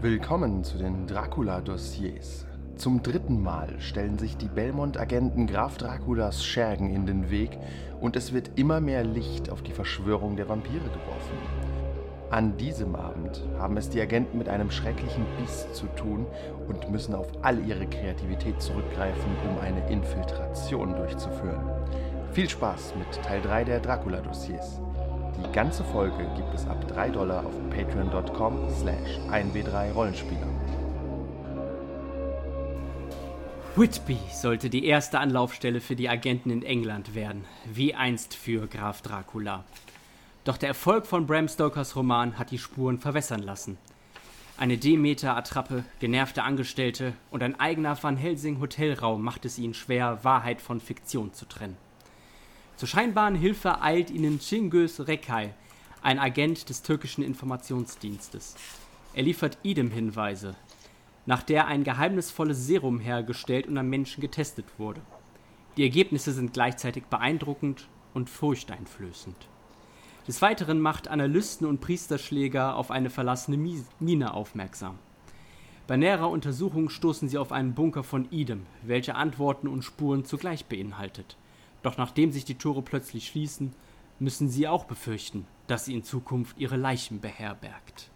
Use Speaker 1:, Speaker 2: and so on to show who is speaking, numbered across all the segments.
Speaker 1: Willkommen zu den Dracula-Dossiers. Zum dritten Mal stellen sich die Belmont-Agenten Graf Draculas Schergen in den Weg und es wird immer mehr Licht auf die Verschwörung der Vampire geworfen. An diesem Abend haben es die Agenten mit einem schrecklichen Biest zu tun und müssen auf all ihre Kreativität zurückgreifen, um eine Infiltration durchzuführen. Viel Spaß mit Teil 3 der Dracula-Dossiers. Die ganze Folge gibt es ab 3 Dollar auf patreon.com slash 1w3rollenspieler.
Speaker 2: Whitby sollte die erste Anlaufstelle für die Agenten in England werden, wie einst für Graf Dracula. Doch der Erfolg von Bram Stokers Roman hat die Spuren verwässern lassen. Eine Demeter-Attrappe, genervte Angestellte und ein eigener Van Helsing-Hotelraum macht es ihnen schwer, Wahrheit von Fiktion zu trennen. Zur scheinbaren Hilfe eilt ihnen Cingöz Rekay, ein Agent des türkischen Informationsdienstes. Er liefert Idem Hinweise, nach der ein geheimnisvolles Serum hergestellt und am Menschen getestet wurde. Die Ergebnisse sind gleichzeitig beeindruckend und furchteinflößend. Des Weiteren macht Analysten und Priesterschläger auf eine verlassene Mi- Mine aufmerksam. Bei näherer Untersuchung stoßen sie auf einen Bunker von Idem, welcher Antworten und Spuren zugleich beinhaltet. Doch nachdem sich die Tore plötzlich schließen, müssen sie auch befürchten, dass sie in Zukunft ihre Leichen beherbergt.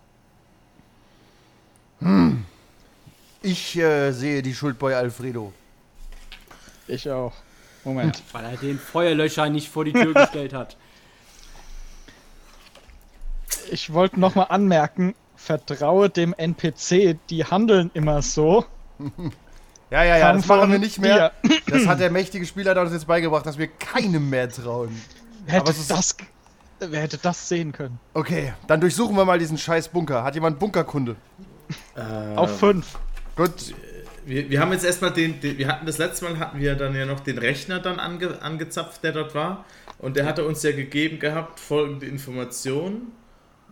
Speaker 3: Ich äh, sehe die Schuld bei Alfredo.
Speaker 4: Ich auch. Moment.
Speaker 2: Weil er den Feuerlöscher nicht vor die Tür gestellt hat.
Speaker 4: Ich wollte nochmal anmerken, vertraue dem NPC, die handeln immer so.
Speaker 3: Ja, ja, ja,
Speaker 4: Kaum
Speaker 3: das machen wir
Speaker 4: fahren
Speaker 3: nicht mehr. Das hat der mächtige Spieler uns jetzt beigebracht, dass wir keinem mehr trauen.
Speaker 4: Wer
Speaker 3: Aber
Speaker 4: hätte,
Speaker 3: es ist-
Speaker 4: das, wer hätte das sehen können?
Speaker 3: Okay, dann durchsuchen wir mal diesen scheiß Bunker. Hat jemand Bunkerkunde?
Speaker 4: Auf 5.
Speaker 3: Gut,
Speaker 5: Wir, wir haben jetzt erstmal den, den, wir hatten das letzte Mal hatten wir dann ja noch den Rechner dann ange, angezapft, der dort war. Und der hatte uns ja gegeben gehabt folgende Information.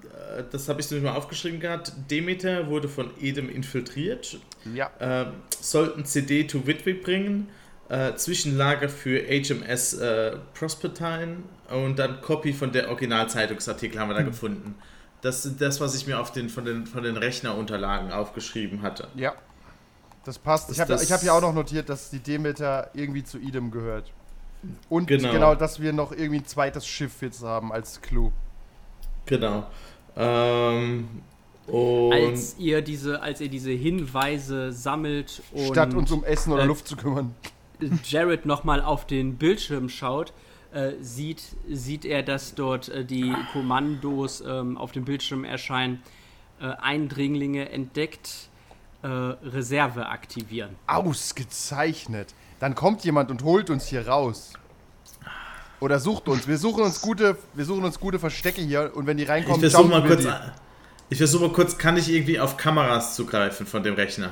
Speaker 5: Äh, Das habe ich nämlich mal aufgeschrieben gehabt. Demeter wurde von Edem infiltriert,
Speaker 3: ja.
Speaker 5: äh, sollten CD to Whitby bringen, äh, Zwischenlager für HMS äh, Prospectine und dann Copy von der Originalzeitungsartikel haben wir da gefunden. Das ist das, was ich mir auf den, von, den, von den Rechnerunterlagen aufgeschrieben hatte.
Speaker 3: Ja. Das passt. Ich
Speaker 5: Ist
Speaker 3: habe
Speaker 5: das-
Speaker 3: ich hab ja auch noch notiert, dass die Demeter irgendwie zu Idem gehört. Und genau.
Speaker 5: Genau.
Speaker 3: dass wir noch irgendwie ein zweites Schiff jetzt haben als Clou.
Speaker 5: Genau. Ähm, und
Speaker 2: als ihr diese, als ihr diese Hinweise sammelt und
Speaker 3: Statt uns um Essen oder
Speaker 2: äh,
Speaker 3: Luft zu kümmern.
Speaker 2: Jared nochmal auf den Bildschirm schaut, äh, sieht, sieht er, dass dort äh, die Kommandos ähm, auf dem Bildschirm erscheinen. Äh, Eindringlinge entdeckt, äh, Reserve aktivieren.
Speaker 3: Ausgezeichnet. Dann kommt jemand und holt uns hier raus. Oder sucht uns. Wir suchen uns gute, wir suchen uns gute Verstecke hier und wenn die
Speaker 5: ich
Speaker 3: reinkommen,
Speaker 5: versuche mal
Speaker 3: jumpen wir
Speaker 5: kurz.
Speaker 3: die.
Speaker 5: Ich versuche mal kurz, kann ich irgendwie auf Kameras zugreifen von dem Rechner?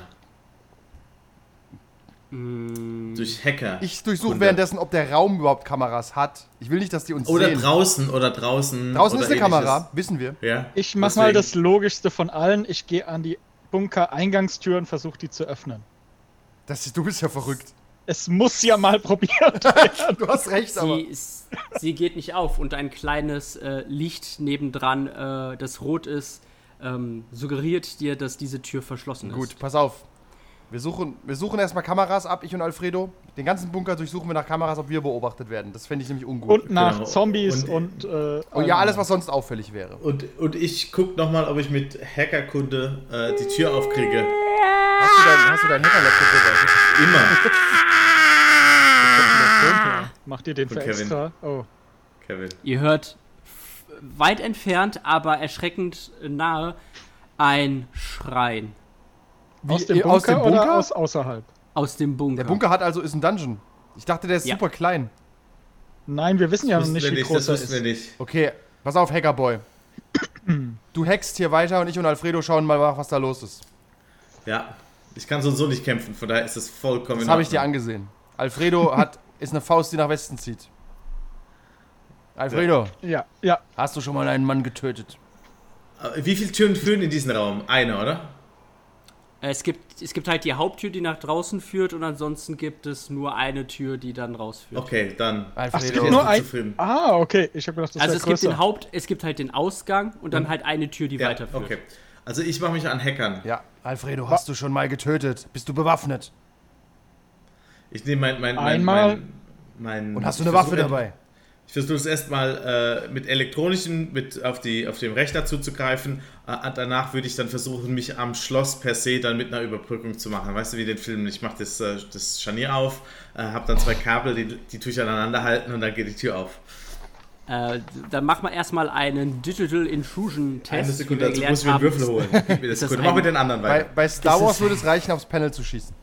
Speaker 2: Mm,
Speaker 5: Durch Hacker.
Speaker 3: Ich durchsuche
Speaker 5: Kunde.
Speaker 3: währenddessen, ob der Raum überhaupt Kameras hat. Ich will nicht, dass die uns
Speaker 5: Oder
Speaker 3: sehen.
Speaker 5: draußen oder draußen.
Speaker 3: Draußen
Speaker 5: oder
Speaker 3: ist eine Kamera,
Speaker 5: ähnliches.
Speaker 3: wissen wir.
Speaker 5: Ja.
Speaker 4: Ich mach mal das
Speaker 5: deswegen.
Speaker 4: Logischste von allen. Ich gehe an die Bunker-Eingangstür und versuche die zu öffnen.
Speaker 3: Das, du bist ja verrückt.
Speaker 4: Es muss ja mal probiert.
Speaker 3: Du hast recht, aber.
Speaker 2: Sie, ist, sie geht nicht auf und ein kleines äh, Licht nebendran, äh, das rot ist, ähm, suggeriert dir, dass diese Tür verschlossen ist.
Speaker 3: Gut, pass auf. Wir suchen, wir suchen erstmal Kameras ab, ich und Alfredo. Den ganzen Bunker durchsuchen wir nach Kameras, ob wir beobachtet werden. Das fände ich nämlich ungut.
Speaker 4: Und nach
Speaker 5: Genau.
Speaker 4: Zombies und.
Speaker 5: Und-
Speaker 4: äh,
Speaker 3: Und Oh ja, alles, was sonst auffällig wäre.
Speaker 5: Und, und ich gucke nochmal, ob ich mit Hackerkunde äh, die Tür aufkriege.
Speaker 3: Hast du deinen, hast du deinen Hacker-Laptop dabei?
Speaker 5: Immer,
Speaker 4: Macht ihr den
Speaker 5: Von
Speaker 4: für
Speaker 5: Kevin.
Speaker 4: extra? Oh.
Speaker 5: Kevin.
Speaker 2: Ihr hört f- weit entfernt, aber erschreckend nahe ein Schreien
Speaker 4: aus, dem
Speaker 3: äh,
Speaker 4: Bunker
Speaker 3: aus dem Bunker?
Speaker 4: oder aus außerhalb?
Speaker 2: aus dem Bunker.
Speaker 3: Der Bunker hat also, ist ein Dungeon. Ich dachte, der ist
Speaker 2: Ja.
Speaker 3: super klein.
Speaker 4: Nein, wir wissen ja noch
Speaker 5: Wissen
Speaker 4: nicht,
Speaker 5: wir
Speaker 4: wie groß er
Speaker 5: das wissen wir
Speaker 4: ist.
Speaker 5: nicht.
Speaker 3: Okay, pass auf, Hackerboy. Du hackst hier weiter und ich und Alfredo schauen mal nach, was da los ist.
Speaker 5: Ja. Ich kann so und so nicht kämpfen, von daher ist das vollkommen.
Speaker 3: Das
Speaker 5: in
Speaker 3: habe ich dir
Speaker 5: Ordnung.
Speaker 3: angesehen. Alfredo hat, ist eine Faust, die nach Westen zieht. Alfredo,
Speaker 4: Ja, ja.
Speaker 3: hast du schon mal einen Mann getötet?
Speaker 5: Aber Wie viele Türen führen in diesen Raum? Eine, oder?
Speaker 2: Es gibt, es gibt halt die Haupttür, die nach draußen führt, und ansonsten gibt es nur eine Tür, die dann rausführt.
Speaker 5: Okay, dann.
Speaker 4: Ach, es
Speaker 3: Alfredo.
Speaker 4: gibt nur
Speaker 5: bin
Speaker 4: ein.
Speaker 5: zufrieden.
Speaker 4: Ah, okay. Ich habe gedacht, das
Speaker 2: Also
Speaker 4: wäre
Speaker 2: es gibt
Speaker 4: größer.
Speaker 2: den Haupt, es gibt halt den Ausgang und dann halt eine Tür, die
Speaker 5: Ja,
Speaker 2: weiterführt.
Speaker 5: okay. Also ich mache mich an Hackern.
Speaker 3: Ja, Alfredo, hast du schon mal getötet? Bist du bewaffnet?
Speaker 5: Ich nehme mein, mein, mein,
Speaker 4: Einmal.
Speaker 5: mein, mein.
Speaker 3: Und hast du eine
Speaker 5: ich
Speaker 3: Waffe
Speaker 5: versuche-
Speaker 3: dabei?
Speaker 5: Ich versuche es erstmal äh, mit elektronischen, mit auf, die, auf dem Rechner zuzugreifen. Äh, danach würde ich dann versuchen, mich am Schloss per se dann mit einer Überbrückung zu machen. Weißt du, wie den Film? Ich mache das, äh, das Scharnier auf, äh, habe dann zwei Kabel, die, die tue ich aneinander halten und dann geht die Tür auf.
Speaker 2: Äh, dann mach mal erstmal einen Digital Intrusion Test.
Speaker 5: Eine
Speaker 2: wie
Speaker 5: Sekunde,
Speaker 2: wir
Speaker 5: dazu
Speaker 2: gelernt
Speaker 5: muss ich mir
Speaker 2: haben.
Speaker 5: einen Würfel holen. Gib mir das
Speaker 2: das
Speaker 5: Sekunde. Mach
Speaker 2: ein-
Speaker 5: mit den anderen
Speaker 3: Bei,
Speaker 5: weiter.
Speaker 3: bei Star
Speaker 2: Das
Speaker 3: Wars
Speaker 2: ist-
Speaker 3: würde es reichen, aufs Panel zu schießen.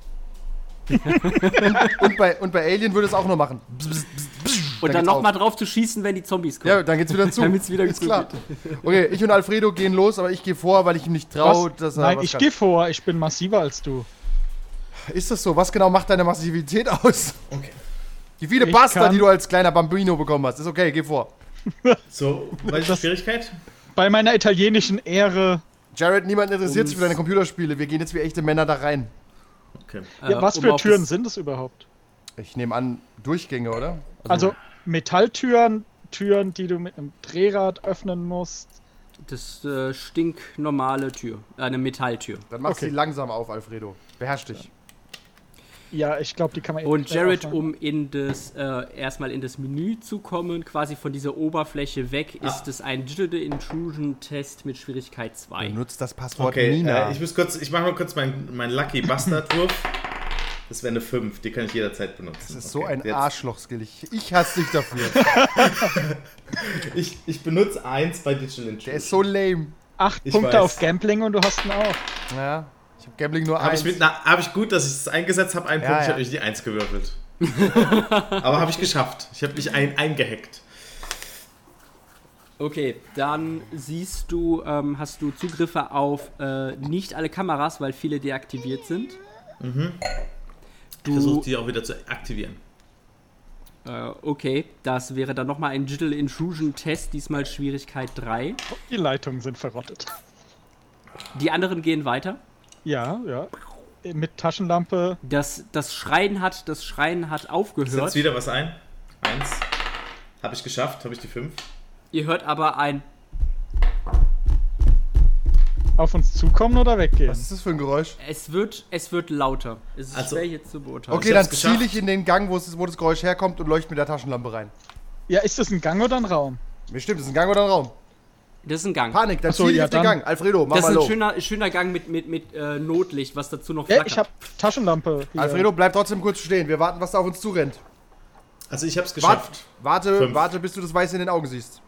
Speaker 3: und, bei, und bei Alien würde es auch noch machen. Bzz, bzz, bzz, bzz.
Speaker 2: Und dann
Speaker 3: geht's auf.
Speaker 2: nochmal drauf zu schießen, wenn die Zombies kommen.
Speaker 3: Ja, dann geht's wieder zu.
Speaker 2: Damit's wieder
Speaker 3: Ist
Speaker 2: gut
Speaker 3: klar. Okay, ich und Alfredo gehen los, aber ich gehe vor, weil ich ihm nicht traue,
Speaker 4: Was?
Speaker 3: dass er.
Speaker 4: Nein,
Speaker 3: was
Speaker 4: ich
Speaker 3: kann.
Speaker 4: gehe vor, ich bin massiver als du.
Speaker 3: Ist das so? Was genau macht deine Massivität aus?
Speaker 5: Okay.
Speaker 3: Die viele
Speaker 4: Ich
Speaker 3: Pasta,
Speaker 4: kann-
Speaker 3: die du als kleiner Bambino bekommen hast. Ist okay, geh vor.
Speaker 5: So, welche Schwierigkeit?
Speaker 4: Bei meiner italienischen Ehre.
Speaker 3: Jared, niemand interessiert sich für deine Computerspiele. Wir gehen jetzt wie echte Männer da rein.
Speaker 5: Okay.
Speaker 2: Äh,
Speaker 4: Ja, was
Speaker 2: um
Speaker 4: für
Speaker 2: auf
Speaker 4: Türen
Speaker 2: das-
Speaker 4: sind es überhaupt?
Speaker 3: Ich nehme an, Durchgänge, oder?
Speaker 4: Also Metalltüren, Türen, die du mit einem Drehrad öffnen musst.
Speaker 2: Das äh, stinknormale Tür. äh, Eine Metalltür.
Speaker 3: Dann mach
Speaker 4: Okay.
Speaker 3: sie langsam auf, Alfredo. Beherrsch dich.
Speaker 4: Ja, ich glaube, die kann man eh
Speaker 2: Und
Speaker 4: nicht mehr
Speaker 2: Jared,
Speaker 4: aufmachen.
Speaker 2: um in das äh, erstmal in das Menü zu kommen, quasi von dieser Oberfläche weg,
Speaker 5: Ah.
Speaker 2: ist es ein Digital Intrusion Test mit Schwierigkeit 2.
Speaker 5: ne.
Speaker 3: Benutzt das Passwort
Speaker 5: Okay,
Speaker 3: Nina.
Speaker 5: äh, ich muss kurz, ich mache nur kurz meinen mein Lucky Bastard-Wurf. Das wäre eine 5, die kann ich jederzeit benutzen.
Speaker 3: das ist so
Speaker 5: Okay,
Speaker 3: ein
Speaker 5: jetzt-
Speaker 3: Arschlochskill. Ich, ich hasse dich dafür.
Speaker 5: Ich, ich benutze 1 bei Digital
Speaker 3: Der
Speaker 5: Intrusion.
Speaker 3: ist so lame.
Speaker 4: Acht
Speaker 5: Ich
Speaker 4: Punkte
Speaker 5: weiß.
Speaker 4: auf Gambling und du hast ihn auch.
Speaker 3: Ja, ich habe Gambling nur
Speaker 5: Habe
Speaker 3: eins.
Speaker 5: ich, mit einer- hab ich gut, dass ich es eingesetzt habe, einen
Speaker 3: Ja,
Speaker 5: Punkt, ich
Speaker 3: ja.
Speaker 5: habe nicht die Eins gewürfelt. Aber habe ich geschafft. Ich habe mich ein, eingehackt.
Speaker 2: Okay, dann siehst du, ähm, hast du Zugriffe auf äh, nicht alle Kameras, weil viele deaktiviert sind.
Speaker 5: Mhm. Ich versuche
Speaker 2: Du,
Speaker 5: die auch wieder zu aktivieren.
Speaker 2: äh, okay, das wäre dann nochmal ein Digital Intrusion Test, diesmal Schwierigkeit 3.
Speaker 4: Die Leitungen sind verrottet.
Speaker 2: Die anderen gehen weiter.
Speaker 4: Ja, ja. Mit Taschenlampe.
Speaker 2: Das, das Schreien hat, das Schreien hat
Speaker 5: Setz
Speaker 2: aufgehört.
Speaker 5: wieder was ein. Eins. Habe ich geschafft, habe ich die 5.
Speaker 2: Ihr hört aber ein
Speaker 4: Auf uns zukommen oder weggehen?
Speaker 3: Was ist das für ein Geräusch?
Speaker 2: Es wird, es wird lauter. Es ist
Speaker 5: Also-
Speaker 2: schwer jetzt zu beurteilen.
Speaker 3: Okay,
Speaker 5: ich
Speaker 3: dann
Speaker 5: hab's
Speaker 3: ziele
Speaker 5: geschafft.
Speaker 3: ich in den Gang, wo, es, wo das Geräusch herkommt und leuchte mit der Taschenlampe rein.
Speaker 4: Ja, ist das ein Gang oder ein Raum?
Speaker 3: Mir stimmt, das ist ein Gang oder ein Raum.
Speaker 2: Das ist ein Gang.
Speaker 3: Panik, dann
Speaker 4: Ach so,
Speaker 3: ziele ich
Speaker 4: ja,
Speaker 3: auf den
Speaker 4: dann.
Speaker 3: Gang. Alfredo, mach
Speaker 2: Das ist
Speaker 3: mal
Speaker 2: ein
Speaker 3: los.
Speaker 2: schöner, schöner Gang mit, mit, mit äh, Notlicht, was dazu noch
Speaker 4: Ja,
Speaker 2: flackert.
Speaker 4: ich habe Taschenlampe. Hier.
Speaker 3: Alfredo, bleib trotzdem kurz stehen. Wir warten, was da auf uns zurennt.
Speaker 5: Also ich habe es
Speaker 3: Warte,
Speaker 5: geschafft.
Speaker 3: warte,
Speaker 5: Fünf.
Speaker 3: warte, bis du das Weiße in den Augen siehst.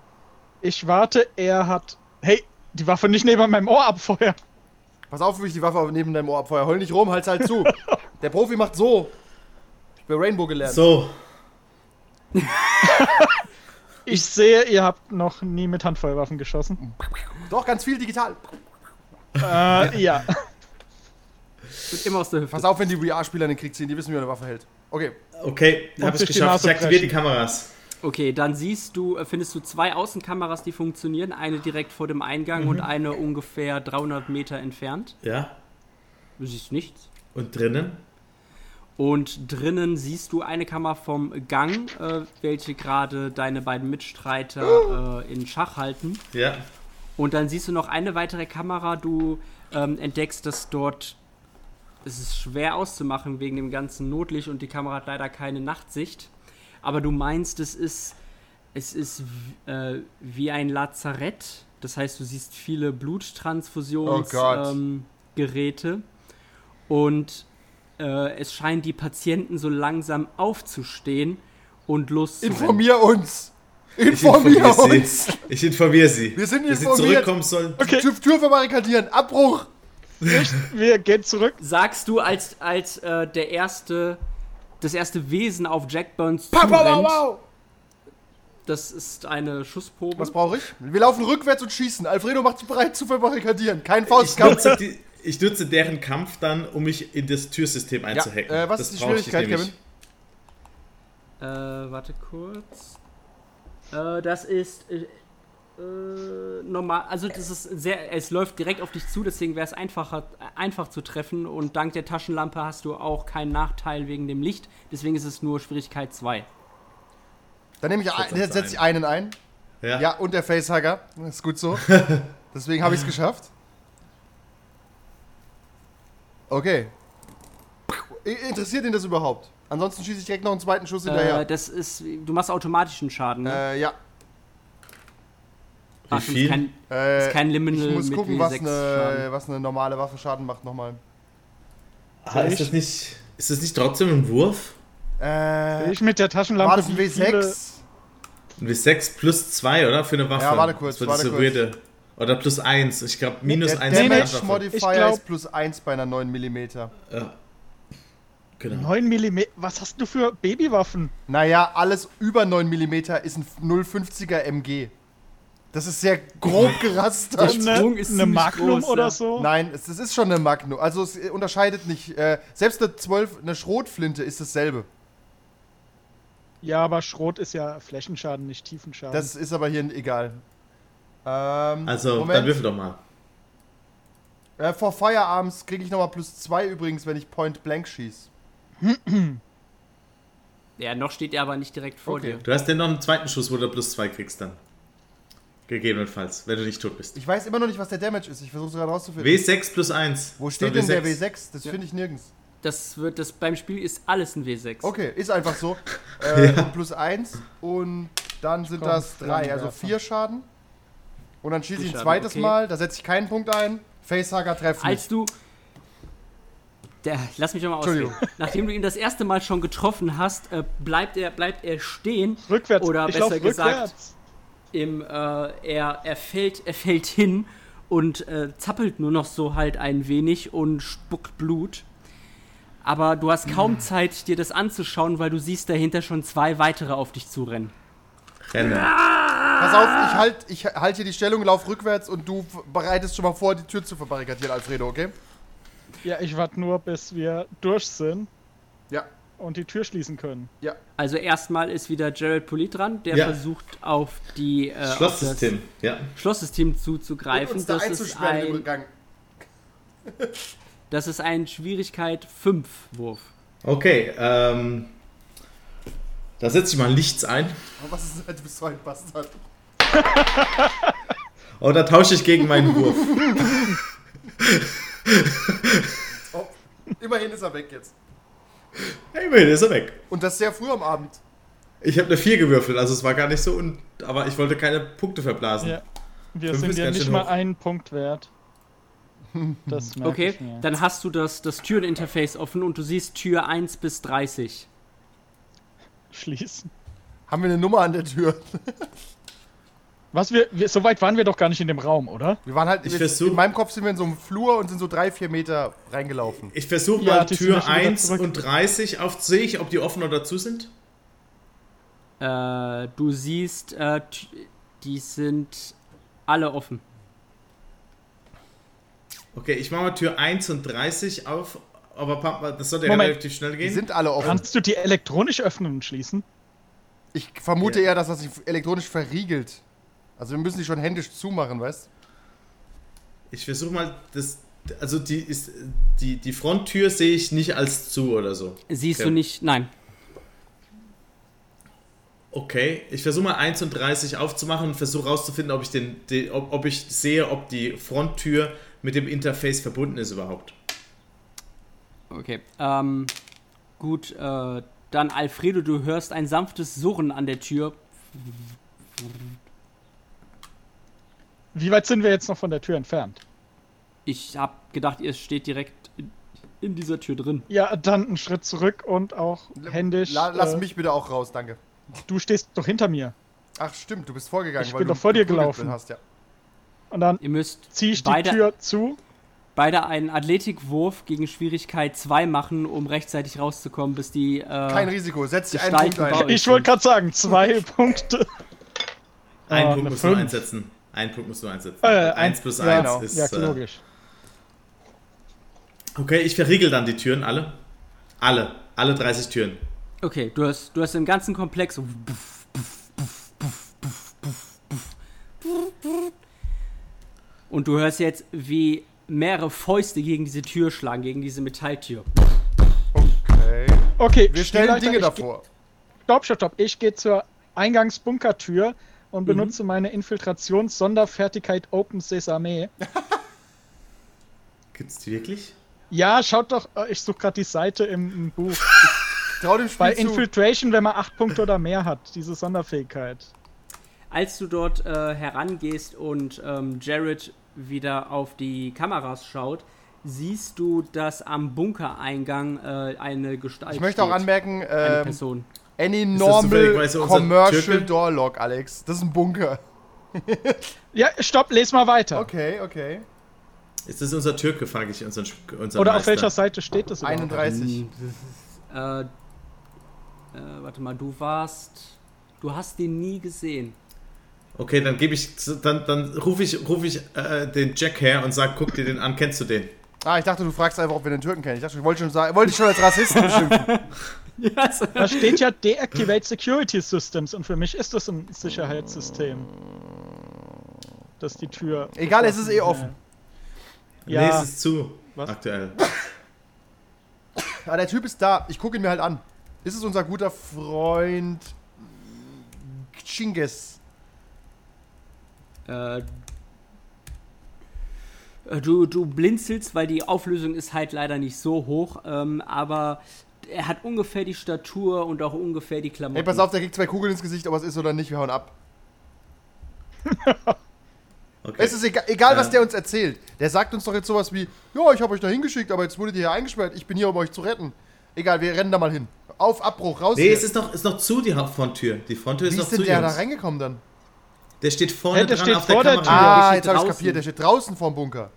Speaker 4: Ich warte, er hat. Hey, die Waffe nicht neben meinem Ohr abfeuern.
Speaker 3: Pass auf, wie ich die Waffe neben deinem Ohr abfeuer. Heul nicht rum, halt's halt zu. der Profi macht so. Ich bin Rainbow gelernt.
Speaker 5: So,
Speaker 4: Ich sehe, ihr habt noch nie mit Handfeuerwaffen geschossen.
Speaker 3: Doch, ganz viel digital.
Speaker 4: Äh, ja.
Speaker 2: Wird immer aus der Hüfte.
Speaker 3: Pass auf, wenn die VR-Spieler in den Krieg ziehen, die wissen, wie man eine Waffe hält. Okay,
Speaker 5: okay,
Speaker 4: durch
Speaker 5: habe ich
Speaker 4: die
Speaker 5: geschafft.
Speaker 4: Nase
Speaker 5: Ich aktiviere die
Speaker 4: preschen.
Speaker 5: Kameras.
Speaker 2: Okay, dann siehst du, äh, findest du zwei Außenkameras, die funktionieren. Eine direkt vor dem Eingang und eine ungefähr 300 Meter entfernt.
Speaker 5: Ja.
Speaker 2: Du siehst nichts.
Speaker 5: Und drinnen?
Speaker 2: Und drinnen siehst du eine Kammer vom Gang, äh, welche gerade deine beiden Mitstreiter äh, in Schach halten.
Speaker 5: Ja.
Speaker 2: Und dann siehst du noch eine weitere Kamera. Du ähm, entdeckst, dass dort. Es ist schwer auszumachen wegen dem ganzen Notlicht und die Kamera hat leider keine Nachtsicht. Aber du meinst, es ist. Es ist w- äh, wie ein Lazarett. Das heißt, du siehst viele
Speaker 3: Oh Gott.
Speaker 2: Bluttransfusionsgeräte. Ähm, Geräte. und äh, es scheinen die Patienten so langsam aufzustehen und loszurennen.
Speaker 3: informier uns.
Speaker 5: Ich informiere
Speaker 3: Informier uns.
Speaker 5: sie. Ich informiere sie.
Speaker 3: Wir sind
Speaker 5: Dass sie
Speaker 3: informiert.
Speaker 5: zurückkommen sollen.
Speaker 4: Okay.
Speaker 3: Tür, Tür verbarrikadieren. Abbruch.
Speaker 4: Wir gehen zurück.
Speaker 2: sagst du, als, als äh, der erste, das erste Wesen auf Jack Burns
Speaker 3: Pow, pow,
Speaker 2: zurennt,
Speaker 3: wow, wow.
Speaker 2: das ist eine Schussprobe.
Speaker 3: Was brauche ich? Wir laufen rückwärts und schießen. Alfredo macht sich bereit zu verbarrikadieren. Kein
Speaker 5: Ich
Speaker 3: Faustkampf.
Speaker 5: nutze, die, ich nutze deren Kampf dann, um mich in das Türsystem einzuhacken.
Speaker 3: äh, was ist
Speaker 5: das
Speaker 3: die
Speaker 5: brauche ich
Speaker 3: Schwierigkeit,
Speaker 5: nämlich.
Speaker 3: Kevin?
Speaker 2: äh, warte kurz. Äh, das ist äh, äh, normal, also das ist sehr, es läuft direkt auf dich zu, deswegen wäre es einfacher, einfach zu treffen und dank der Taschenlampe hast du auch keinen Nachteil wegen dem Licht, deswegen ist es nur Schwierigkeit Äh, 2.
Speaker 3: Dann nehme ich, ein,
Speaker 5: setz
Speaker 3: setze ich einen ein.
Speaker 5: Ja.
Speaker 3: Ja, und der Facehugger. Ist gut so. Deswegen habe ich es geschafft. Okay. I- Interessiert ihn das überhaupt? Ansonsten schieße ich direkt noch einen zweiten Schuss
Speaker 2: Äh,
Speaker 3: hinterher.
Speaker 2: das ist, du machst automatischen Schaden. Ne?
Speaker 3: Äh, ja.
Speaker 2: Ach, das ist
Speaker 5: viel?
Speaker 2: kein,
Speaker 3: Äh,
Speaker 2: ist kein Liminal
Speaker 3: ich muss
Speaker 2: mit
Speaker 3: gucken, was
Speaker 2: W6
Speaker 3: eine,
Speaker 2: Schaden.
Speaker 3: was eine normale Waffe Schaden macht nochmal.
Speaker 5: Aber Ah, ist das nicht. Ist das nicht trotzdem ein Wurf?
Speaker 3: Äh,
Speaker 4: Ich mit der Taschenlampe.
Speaker 3: war das ein
Speaker 4: wie viele-
Speaker 3: W6?
Speaker 5: Ein W6 plus 2, oder? Für eine Waffe.
Speaker 3: Ja, warte kurz,
Speaker 5: Das wird das
Speaker 3: warte
Speaker 5: so
Speaker 3: kurz.
Speaker 5: weirde. Oder plus 1. Ich glaube, minus
Speaker 3: Der
Speaker 5: 1 bei einer
Speaker 3: Damage
Speaker 5: Waffe.
Speaker 3: Modifier
Speaker 4: Ich glaub-
Speaker 3: ist plus 1 bei einer 9 mm.
Speaker 5: Ja. Genau.
Speaker 4: 9 mm. Was hast du für Babywaffen?
Speaker 3: Naja, alles über 9 mm ist ein 050er MG. Das ist sehr grob gerastert.
Speaker 2: Der Sprung ist
Speaker 4: eine
Speaker 2: ziemlich
Speaker 4: Magnum
Speaker 2: groß,
Speaker 4: oder
Speaker 2: ja.
Speaker 4: so?
Speaker 3: Nein, es, es ist schon eine Magnum. Also es unterscheidet nicht. Äh, selbst eine 12, eine Schrotflinte ist dasselbe.
Speaker 4: Ja, aber Schrot ist ja Flächenschaden, nicht Tiefenschaden.
Speaker 3: Das ist aber hier egal. Ähm,
Speaker 5: Also, dann
Speaker 3: Moment.
Speaker 5: würfel doch mal.
Speaker 3: Äh, vor Firearms kriege ich nochmal plus 2 übrigens, wenn ich Point Blank schieße.
Speaker 2: Ja, noch steht er aber nicht direkt vor
Speaker 3: Okay.
Speaker 2: dir.
Speaker 5: Du hast den noch einen zweiten Schuss, wo du plus 2 kriegst dann. Gegebenenfalls, wenn du nicht tot bist.
Speaker 3: Ich weiß immer noch nicht, was der Damage ist. Ich versuche es gerade rauszufinden.
Speaker 5: W6 plus 1.
Speaker 3: Wo steht denn der W6? Das finde ich nirgends.
Speaker 2: Das wird, das beim Spiel ist alles ein W6.
Speaker 3: Okay, ist einfach so. äh, und plus 1 und dann sind
Speaker 4: komm,
Speaker 3: das 3, also
Speaker 4: Flammenwerfer.
Speaker 3: 4 Schaden. Und dann schieße
Speaker 2: Vier
Speaker 3: ich ein
Speaker 2: Schaden,
Speaker 3: zweites
Speaker 2: okay.
Speaker 3: Mal, da setze ich keinen Punkt ein. Facehugger treffen.
Speaker 2: Als du. Der, lass mich doch mal ausreden.
Speaker 3: Entschuldigung.
Speaker 2: Nachdem du ihn das erste Mal schon getroffen hast, äh, bleibt, er, bleibt er stehen.
Speaker 4: rückwärts.
Speaker 2: Oder
Speaker 4: ich
Speaker 2: besser
Speaker 4: lauf
Speaker 2: gesagt,
Speaker 4: rückwärts.
Speaker 2: Im, äh, er, er, fällt, er fällt hin und äh, zappelt nur noch so halt ein wenig und spuckt Blut. Aber du hast
Speaker 3: Hm.
Speaker 2: kaum Zeit, dir das anzuschauen, weil du siehst dahinter schon zwei weitere auf dich zurennen.
Speaker 5: Renne.
Speaker 3: Pass auf,
Speaker 2: Ah!
Speaker 3: ich halte ich halt hier die Stellung, lauf rückwärts und du f- bereitest schon mal vor, die Tür zu verbarrikadieren, Alfredo, okay?
Speaker 4: Ja, ich warte nur, bis wir durch sind
Speaker 3: Ja,
Speaker 4: und die Tür schließen können.
Speaker 3: ja.
Speaker 2: Also erstmal ist wieder Gerald Polit dran, der
Speaker 5: Ja.
Speaker 2: versucht auf die äh, auf
Speaker 5: Schlosssystem. Ja.
Speaker 2: das Schlosssystem
Speaker 3: Und
Speaker 2: zuzugreifen.
Speaker 3: uns da
Speaker 2: das, ist
Speaker 3: einzusperren im
Speaker 2: ein,
Speaker 3: Rückgang.
Speaker 2: das ist ein Schwierigkeit 5 Wurf.
Speaker 5: Okay, ähm. Da setze ich mal nichts ein.
Speaker 3: Aber was ist das? Du bist so ein Bastard.
Speaker 5: Oh, da tausche ich gegen meinen Wurf.
Speaker 3: Oh, immerhin ist er weg jetzt.
Speaker 5: Hey, immerhin ist er weg.
Speaker 3: Und das sehr früh am Abend.
Speaker 5: Ich habe eine 4 gewürfelt, also es war gar nicht so. Un aber ich wollte keine Punkte verblasen.
Speaker 4: Ja. Wir
Speaker 5: Fünf
Speaker 4: sind
Speaker 5: ist
Speaker 4: ja
Speaker 5: ganz
Speaker 4: nicht
Speaker 5: schön
Speaker 4: mal
Speaker 5: hoch.
Speaker 4: einen Punkt wert.
Speaker 2: Hm.
Speaker 4: Das merke
Speaker 2: Okay,
Speaker 4: ich mir.
Speaker 2: dann hast du das, das Türeninterface offen und du siehst Tür 1 bis 30.
Speaker 4: Schließen.
Speaker 3: Haben wir eine Nummer an der Tür?
Speaker 4: Was wir, wir, so weit waren wir doch gar nicht in dem Raum, oder?
Speaker 3: Wir waren halt,
Speaker 5: Ich
Speaker 3: wir-
Speaker 5: versuch-
Speaker 3: in meinem Kopf sind wir in so einem Flur und sind so drei, vier Meter reingelaufen.
Speaker 5: Ich versuche
Speaker 4: Ja,
Speaker 5: mal
Speaker 4: die sind ja
Speaker 5: Tür
Speaker 4: schon wieder
Speaker 5: 1
Speaker 4: zurück.
Speaker 5: und 30 auf. Sehe ich, ob die offen oder zu sind?
Speaker 2: Äh, du siehst, äh, t- die sind alle offen.
Speaker 5: Okay, ich mache mal Tür 1 und 30 auf. Aber Papa, das sollte ja
Speaker 4: Moment.
Speaker 5: relativ schnell
Speaker 3: Die
Speaker 5: gehen.
Speaker 3: sind alle offen.
Speaker 4: Kannst du die elektronisch öffnen und schließen?
Speaker 3: Ich vermute
Speaker 5: Ja.
Speaker 3: eher, dass das sich elektronisch verriegelt. Also wir müssen die schon händisch zumachen, weißt
Speaker 5: Ich versuche mal das. Also die ist die, die Fronttür sehe ich nicht als zu oder so.
Speaker 2: Siehst
Speaker 5: Okay.
Speaker 2: du nicht? Nein.
Speaker 5: Okay, ich versuche mal 1 und 30 aufzumachen und versuche rauszufinden, ob ich den, den ob, ob ich sehe, ob die Fronttür mit dem Interface verbunden ist überhaupt.
Speaker 2: Okay. Ähm, gut, äh, dann Alfredo, du hörst ein sanftes Surren an der Tür.
Speaker 4: Wie weit sind wir jetzt noch von der Tür entfernt?
Speaker 2: Ich hab gedacht, ihr steht direkt in, in dieser Tür drin.
Speaker 4: Ja, dann einen Schritt zurück und auch händisch.
Speaker 3: La lass
Speaker 4: äh,
Speaker 3: mich bitte auch raus, danke.
Speaker 4: Du stehst doch hinter mir.
Speaker 3: Ach stimmt, du bist vorgegangen,
Speaker 4: Ich
Speaker 3: weil
Speaker 4: bin
Speaker 3: du
Speaker 4: doch vor dir
Speaker 3: geprügelt
Speaker 4: gelaufen.
Speaker 3: hast, ja.
Speaker 4: Und dann
Speaker 2: Ihr müsst
Speaker 4: ziehe ich die
Speaker 2: beide,
Speaker 4: Tür zu.
Speaker 2: beide einen Athletikwurf gegen Schwierigkeit 2 machen, um rechtzeitig rauszukommen, bis die. Äh,
Speaker 5: Ah.
Speaker 3: Kein Risiko, setz dich einen
Speaker 2: Gestalten
Speaker 3: Punkt ein.
Speaker 2: bauen.
Speaker 4: Ich wollte gerade sagen, zwei Punkte.
Speaker 5: Ein
Speaker 4: Ah,
Speaker 5: Punkt
Speaker 4: eine
Speaker 5: musst du
Speaker 4: Fünf.
Speaker 5: einsetzen. Ein Punkt musst du einsetzen.
Speaker 4: Äh,
Speaker 5: eins plus
Speaker 4: ja,
Speaker 5: eins
Speaker 3: genau.
Speaker 5: ist.
Speaker 4: ja,
Speaker 5: äh,
Speaker 4: logisch.
Speaker 5: okay, ich verriegel dann die Türen alle. Alle. Alle 30 Türen.
Speaker 2: Okay, du hast, du hast im ganzen Komplex so puff, puff, puff, puff, puff, puff, puff, puff, puff. und du hörst jetzt, wie mehrere Fäuste gegen diese Tür schlagen, gegen diese Metalltür.
Speaker 3: Okay.
Speaker 4: Okay,
Speaker 3: Wir stellen
Speaker 4: Spielleiter,
Speaker 3: Dinge
Speaker 4: ich
Speaker 3: davor.
Speaker 4: geh- Stopp, stopp, stopp. Ich gehe zur Eingangsbunkertür
Speaker 3: Mhm.
Speaker 4: und benutze meine Infiltrations-Sonderfertigkeit Open Sesame.
Speaker 5: Gibt's die wirklich?
Speaker 4: Ja, schaut doch, äh, ich suche gerade die Seite im, im Buch.
Speaker 3: Trau dem Spiel
Speaker 4: Bei
Speaker 3: zu.
Speaker 4: Infiltration, wenn man 8 Punkte oder mehr hat, diese Sonderfähigkeit.
Speaker 2: Als du dort äh, herangehst und ähm, Jared wieder auf die Kameras schaut, siehst du, dass am Bunkereingang äh, eine Gestalt
Speaker 3: Ich möchte auch
Speaker 2: steht.
Speaker 3: anmerken,
Speaker 2: Eine
Speaker 3: ähm,
Speaker 2: Person.
Speaker 3: any normal
Speaker 5: zufälligerweise unser
Speaker 3: commercial
Speaker 5: Türke?
Speaker 3: door lock, Alex. Das ist ein Bunker.
Speaker 4: Ja, stopp, les mal weiter.
Speaker 3: Okay, okay.
Speaker 5: Ist das unser Türke, frage ich unseren, Sp- unseren
Speaker 4: Oder auf
Speaker 5: Meister.
Speaker 4: welcher Seite steht das überhaupt?
Speaker 3: 31.
Speaker 2: Hm, das ist, äh, äh, warte mal, du warst. Du hast den nie gesehen.
Speaker 5: Okay, dann gebe ich, dann, dann rufe ich, ruf ich äh, den Jack her und sage, guck dir den an, kennst du den?
Speaker 3: Ah, ich dachte, du fragst einfach, ob wir den Türken kennen. Ich dachte, ich wollte schon sagen, wollte ich schon als Rassisten beschimpfen.
Speaker 2: Yes.
Speaker 4: Da steht ja Deactivate Security Systems und für mich ist das ein Sicherheitssystem. Dass die Tür.
Speaker 3: Egal, es ist eh offen.
Speaker 4: Ja.
Speaker 5: Nee, es ist zu.
Speaker 4: Was?
Speaker 5: Aktuell.
Speaker 3: Ah, der Typ ist da. Ich gucke ihn mir halt an. Ist es unser guter Freund Chingis?
Speaker 2: Äh, äh, du, du blinzelst, weil die Auflösung ist halt leider nicht so hoch, ähm, aber er hat ungefähr die Statur und auch ungefähr die Klamotten.
Speaker 3: Ey, pass auf, der kriegt zwei Kugeln ins Gesicht, ob er es ist oder nicht. Wir hauen ab.
Speaker 5: Okay.
Speaker 3: Es ist egal, egal was
Speaker 5: Ja.
Speaker 3: der uns erzählt. Der sagt uns doch jetzt sowas wie: Ja, ich habe euch da hingeschickt, aber jetzt wurdet ihr hier eingesperrt. Ich bin hier, um euch zu retten. Egal, wir rennen da mal hin. Auf Abbruch, raus.
Speaker 5: nee,
Speaker 3: hier.
Speaker 5: es ist noch, ist noch zu, die Ha- Fronttür. Die Fronttür ist
Speaker 3: wie
Speaker 5: noch
Speaker 3: ist
Speaker 5: zu,
Speaker 3: denn der da
Speaker 5: Jungs.
Speaker 3: reingekommen dann?
Speaker 5: Der steht vorne
Speaker 4: Ja, der
Speaker 5: dran
Speaker 4: steht
Speaker 5: auf
Speaker 4: vor
Speaker 5: der
Speaker 4: der
Speaker 5: Kamera.
Speaker 2: Tür. Ja, der
Speaker 3: Ah,
Speaker 2: steht
Speaker 3: jetzt habe ich
Speaker 2: draußen.
Speaker 3: kapiert. Der steht draußen vorm Bunker.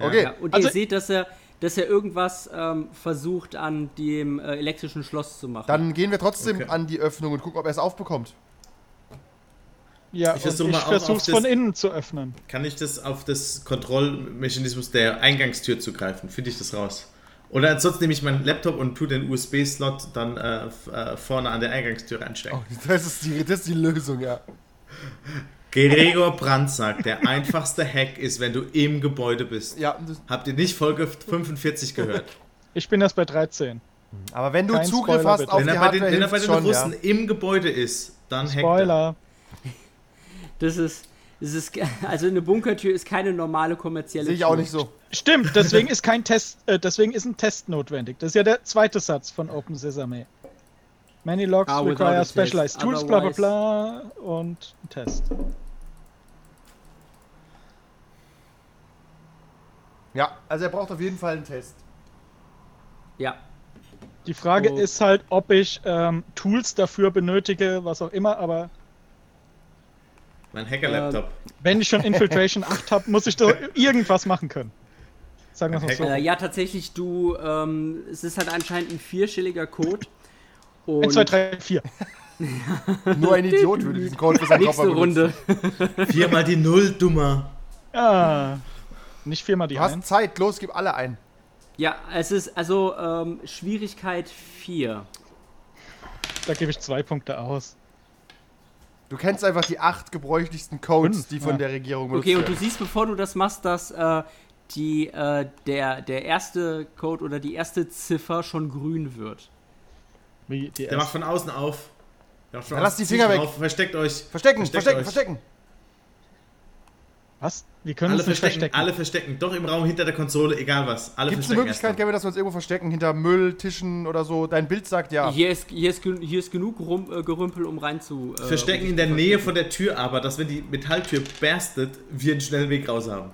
Speaker 3: Okay.
Speaker 2: Ja, und
Speaker 3: also,
Speaker 2: ihr seht, dass er, dass er irgendwas ähm, versucht, an dem äh, elektrischen Schloss zu machen.
Speaker 3: dann gehen wir trotzdem
Speaker 5: Okay.
Speaker 3: an die Öffnung und gucken, ob er es aufbekommt.
Speaker 4: Ja,
Speaker 5: Ich
Speaker 4: ich,
Speaker 5: versuch
Speaker 4: und ich
Speaker 5: mal auch auf
Speaker 4: versuch's
Speaker 5: das-
Speaker 4: von innen zu öffnen.
Speaker 5: Kann ich das auf das Kontrollmechanismus der Eingangstür zugreifen? Finde ich das raus? Oder ansonsten nehme ich meinen Laptop und tue den USB-Slot dann äh, f- äh, vorne an der Eingangstür einstecken.
Speaker 3: Das ist die, das ist die Lösung, ja.
Speaker 5: Gregor Brandt sagt, der einfachste Hack ist, wenn du im Gebäude bist.
Speaker 3: ja das,
Speaker 5: Habt ihr nicht Folge 45 gehört?
Speaker 4: Ich bin erst bei 13.
Speaker 3: aber wenn du
Speaker 4: Kein
Speaker 3: Zugriff
Speaker 4: Spoiler,
Speaker 3: hast
Speaker 4: bitte.
Speaker 3: auf
Speaker 5: Wenn
Speaker 3: die
Speaker 5: er bei den,
Speaker 3: Hardware,
Speaker 5: wenn er bei
Speaker 3: hilft's
Speaker 5: den
Speaker 3: schon,
Speaker 5: Russen
Speaker 3: ja.
Speaker 5: im Gebäude ist, dann hackt er.
Speaker 4: Spoiler.
Speaker 2: Das ist. Das ist also eine Bunkertür ist keine normale kommerzielle
Speaker 3: Sehe ich
Speaker 2: Tür.
Speaker 3: auch nicht so.
Speaker 4: Stimmt, deswegen ist kein Test, äh, deswegen ist ein Test notwendig. Das ist ja der zweite Satz von Open Sesame. Many logs
Speaker 2: Ah, without a
Speaker 4: require
Speaker 2: test.
Speaker 4: specialized tools, bla bla bla und ein Test.
Speaker 3: Ja, also er braucht auf jeden Fall einen Test.
Speaker 2: Ja.
Speaker 4: Die Frage
Speaker 2: Oh.
Speaker 4: ist halt, ob ich ähm, Tools dafür benötige, was auch immer, aber
Speaker 5: Mein Hacker-Laptop.
Speaker 4: wenn ich schon Infiltration 8 habe, muss ich doch irgendwas machen können. Sagen wir mal so.
Speaker 2: Äh, ja, tatsächlich, du. Ähm, es ist halt anscheinend ein vierstelliger Code.
Speaker 4: 1,
Speaker 2: Und
Speaker 4: 2, 3, 4.
Speaker 3: Nur ein Idiot würde diesen Code für seinen Koffer
Speaker 2: nächste
Speaker 3: benutzen.
Speaker 2: Runde.
Speaker 5: Viermal die Null, Dummer.
Speaker 4: Ah, nicht viermal die
Speaker 3: Du hast
Speaker 4: Hand.
Speaker 3: Zeit, los, gib alle ein.
Speaker 2: Ja, es ist also ähm, Schwierigkeit 4.
Speaker 4: Da gebe ich zwei Punkte aus.
Speaker 3: Du kennst einfach die acht gebräuchlichsten Codes,
Speaker 4: Fünf,
Speaker 3: die von
Speaker 4: ja.
Speaker 3: der Regierung benutzt
Speaker 2: Okay, und du
Speaker 3: werden.
Speaker 2: siehst, bevor du das machst, dass äh, die, äh, der, der erste Code oder die erste Ziffer schon grün wird.
Speaker 4: Wie die
Speaker 5: Der macht
Speaker 4: erste.
Speaker 5: von außen auf. Der macht von
Speaker 3: Dann lasst
Speaker 5: außen
Speaker 3: die Finger
Speaker 5: zu,
Speaker 3: weg.
Speaker 5: Auf, versteckt euch.
Speaker 3: Verstecken,
Speaker 5: Versteckt
Speaker 3: verstecken,
Speaker 5: euch.
Speaker 3: verstecken.
Speaker 4: Was? Wir können
Speaker 5: Alle
Speaker 4: uns nicht
Speaker 5: verstecken,
Speaker 4: verstecken.
Speaker 5: alle verstecken. Doch im Raum hinter der Konsole, egal was. Alle
Speaker 3: Gibt es eine
Speaker 5: verstecken.
Speaker 3: Möglichkeit,
Speaker 5: erstmal.
Speaker 3: Kevin, dass wir uns irgendwo verstecken? Hinter Müll, Tischen oder so? Dein Bild sagt
Speaker 5: Ah.
Speaker 3: ja.
Speaker 2: Hier, ist, hier, ist, gen- hier ist genug rum, äh, Gerümpel, um rein zu. Äh,
Speaker 5: verstecken in der Nähe von der Tür, aber dass wenn die Metalltür berstet, wir einen schnellen Weg raus haben.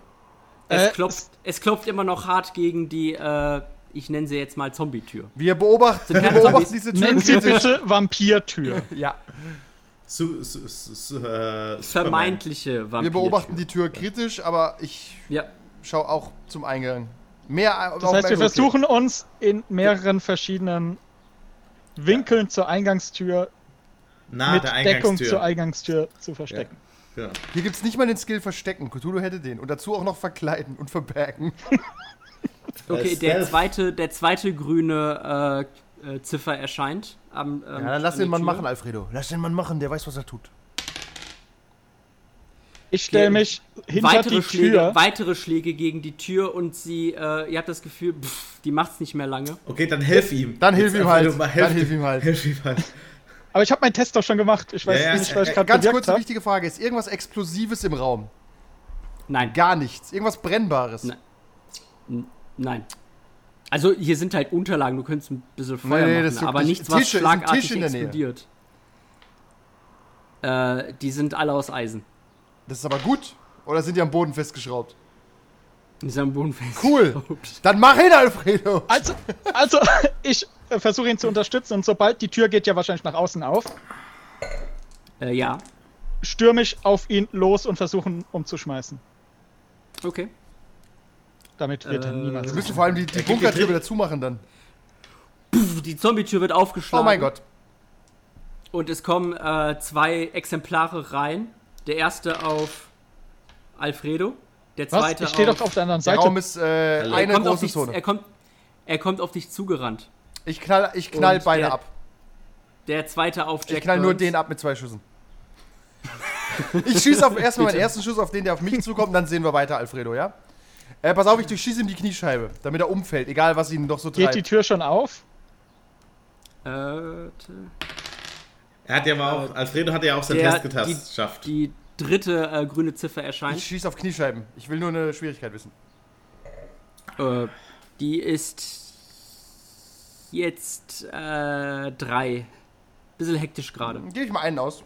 Speaker 2: Es
Speaker 4: Äh,
Speaker 2: klopft, es klopft immer noch hart gegen die, äh, ich nenne sie jetzt mal Zombie-Tür.
Speaker 3: Wir beobachten, wir
Speaker 2: keine
Speaker 3: beobachten
Speaker 2: Zombies.
Speaker 3: diese Tür.
Speaker 4: Nennen Sie bitte Vampirtür.
Speaker 3: Ja,
Speaker 5: Su, su, su, su, äh, Superman.
Speaker 2: Vermeintliche Vampir.
Speaker 3: wir beobachten die Tür kritisch, aber ich
Speaker 2: Ja,
Speaker 3: schaue auch zum Eingang. Mehr
Speaker 4: Das heißt, wir versuchen uns in mehreren verschiedenen Winkeln zur Eingangstür
Speaker 3: Ah,
Speaker 5: Nah,
Speaker 4: mit
Speaker 5: der
Speaker 4: Deckung
Speaker 5: Eingangstür.
Speaker 4: zur Eingangstür zu verstecken.
Speaker 5: genau.
Speaker 3: Hier gibt es nicht mal den Skill verstecken. Cthulhu hätte den. Und dazu auch noch verkleiden und verbergen.
Speaker 2: okay,
Speaker 5: ist
Speaker 2: der
Speaker 5: Stealth.
Speaker 2: zweite, der zweite grüne äh, äh, Ziffer erscheint. Am, ähm,
Speaker 3: Ja, dann lass
Speaker 2: an
Speaker 3: den
Speaker 2: der
Speaker 3: Mann
Speaker 2: Tür.
Speaker 3: machen, Alfredo. Lass den Mann machen, der weiß, was er tut.
Speaker 4: Ich stelle mich hinter
Speaker 2: weitere
Speaker 4: die
Speaker 2: Schläge,
Speaker 4: Tür.
Speaker 2: weitere Schläge gegen die Tür und sie, äh, ihr habt das Gefühl, pff, die macht's nicht mehr lange.
Speaker 5: Okay, dann helf ihm.
Speaker 3: Dann hilf ihm
Speaker 5: Jetzt einfach
Speaker 3: halt.
Speaker 5: nur mal
Speaker 3: Dann hilf ihm halt.
Speaker 5: Helf ihm halt.
Speaker 4: Aber ich habe meinen Test doch schon gemacht. Ich weiß
Speaker 5: Ja, ja,
Speaker 4: nicht,
Speaker 5: äh,
Speaker 4: was ich gerade
Speaker 3: Ganz
Speaker 4: bewirkt
Speaker 3: kurz eine
Speaker 4: habe.
Speaker 3: wichtige Frage. Ist irgendwas Explosives im Raum?
Speaker 2: Nein,
Speaker 3: Gar nichts. Irgendwas Brennbares.
Speaker 2: Nein. nein. Also hier sind halt Unterlagen, du könntest ein bisschen Feuer
Speaker 3: nee, das
Speaker 2: machen,
Speaker 3: juckt
Speaker 2: aber
Speaker 3: nicht.
Speaker 2: nichts, was
Speaker 3: Tische, ist ein Tisch
Speaker 2: schlagartig
Speaker 3: in der Nähe.
Speaker 2: explodiert. Äh, die sind alle aus Eisen.
Speaker 3: Das ist aber gut. Oder sind die am Boden festgeschraubt?
Speaker 2: Die sind am Boden fest.
Speaker 3: Cool. Dann mach hin, Alfredo.
Speaker 4: Also, also ich äh, versuche ihn zu unterstützen und sobald die Tür geht ja wahrscheinlich nach außen auf,
Speaker 2: Äh, ja,
Speaker 4: stürme ich auf ihn los und versuche ihn umzuschmeißen.
Speaker 2: okay.
Speaker 4: Damit wird er
Speaker 2: Äh,
Speaker 4: niemals.
Speaker 3: Wir müssen vor allem die, die Bunkertür wieder zumachen dann.
Speaker 2: Pff, Die Zombie-Tür wird
Speaker 3: Oh
Speaker 2: aufgeschlagen.
Speaker 3: mein Gott.
Speaker 2: Und es kommen äh, zwei Exemplare rein. Der erste auf Alfredo, der
Speaker 4: Was?
Speaker 2: zweite
Speaker 4: Ich stehe
Speaker 2: auf...
Speaker 4: doch auf der anderen
Speaker 3: Der
Speaker 4: Seite.
Speaker 3: Raum ist äh,
Speaker 5: Er
Speaker 2: er
Speaker 3: eine
Speaker 2: kommt auf
Speaker 3: große
Speaker 2: dich, Er
Speaker 3: Zone.
Speaker 2: kommt, er kommt auf dich zugerannt.
Speaker 3: Ich knall, ich knall
Speaker 2: Und
Speaker 3: beide
Speaker 2: der-
Speaker 3: ab.
Speaker 2: Der zweite auf Jack
Speaker 3: Ich knall nur
Speaker 2: Burns.
Speaker 3: den ab mit zwei Schüssen. Ich schieße auf erstmal meinen ersten Schuss auf den, der auf mich zukommt, und dann sehen wir weiter, Alfredo, ja? Äh, pass auf, ich durchschieße ihm die Kniescheibe, damit er umfällt, egal was ihn noch so
Speaker 4: Geht die
Speaker 3: treibt.
Speaker 4: Tür schon auf?
Speaker 2: Äh,
Speaker 5: Er hat ja mal auch, Alfredo hatte ja auch sein
Speaker 2: der-
Speaker 5: Test
Speaker 2: die-
Speaker 5: getast- geschafft.
Speaker 2: die dritte äh, grüne Ziffer erscheint.
Speaker 3: Ich schieße auf Kniescheiben. Ich will nur eine Schwierigkeit wissen.
Speaker 2: Äh, die ist jetzt äh, drei. Bisschen hektisch gerade.
Speaker 3: Dann gebe ich mal einen aus.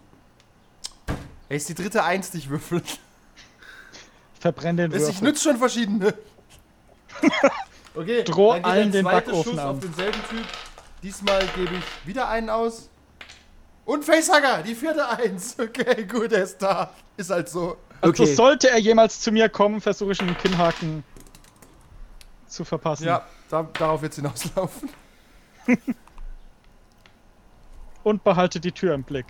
Speaker 3: Er ist die dritte Eins, die ich würfel.
Speaker 4: Verbrenn den
Speaker 3: Es- Ich
Speaker 4: Würfel.
Speaker 3: nütze schon verschiedene. Okay,
Speaker 4: Droh
Speaker 3: dann geht
Speaker 4: allen
Speaker 3: der
Speaker 4: den
Speaker 3: zweite
Speaker 4: Backofen
Speaker 3: Schuss
Speaker 4: an.
Speaker 3: auf denselben Typ. Diesmal gebe ich wieder einen aus. Und Facehugger, die vierte Eins. Okay, gut, er ist da. Ist halt so.
Speaker 4: Also
Speaker 2: Okay.
Speaker 4: sollte er jemals zu mir kommen, versuche ich einen Kinnhaken zu verpassen.
Speaker 3: Ja, da, darauf wird es hinauslaufen.
Speaker 4: Und behalte die Tür im Blick.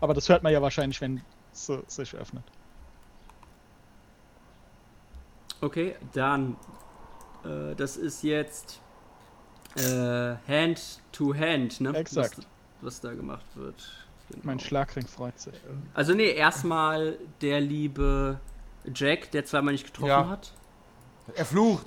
Speaker 4: Aber das hört man ja wahrscheinlich, wenn sie sich öffnet.
Speaker 2: Okay, dann. Äh, das ist jetzt äh, Hand to Hand, ne?
Speaker 4: Exakt.
Speaker 2: Was, was da gemacht wird. Genau.
Speaker 4: Mein Schlagring freut sich.
Speaker 2: Also nee, erstmal der liebe Jack, der zweimal nicht getroffen
Speaker 3: Ja.
Speaker 2: hat.
Speaker 3: Er flucht.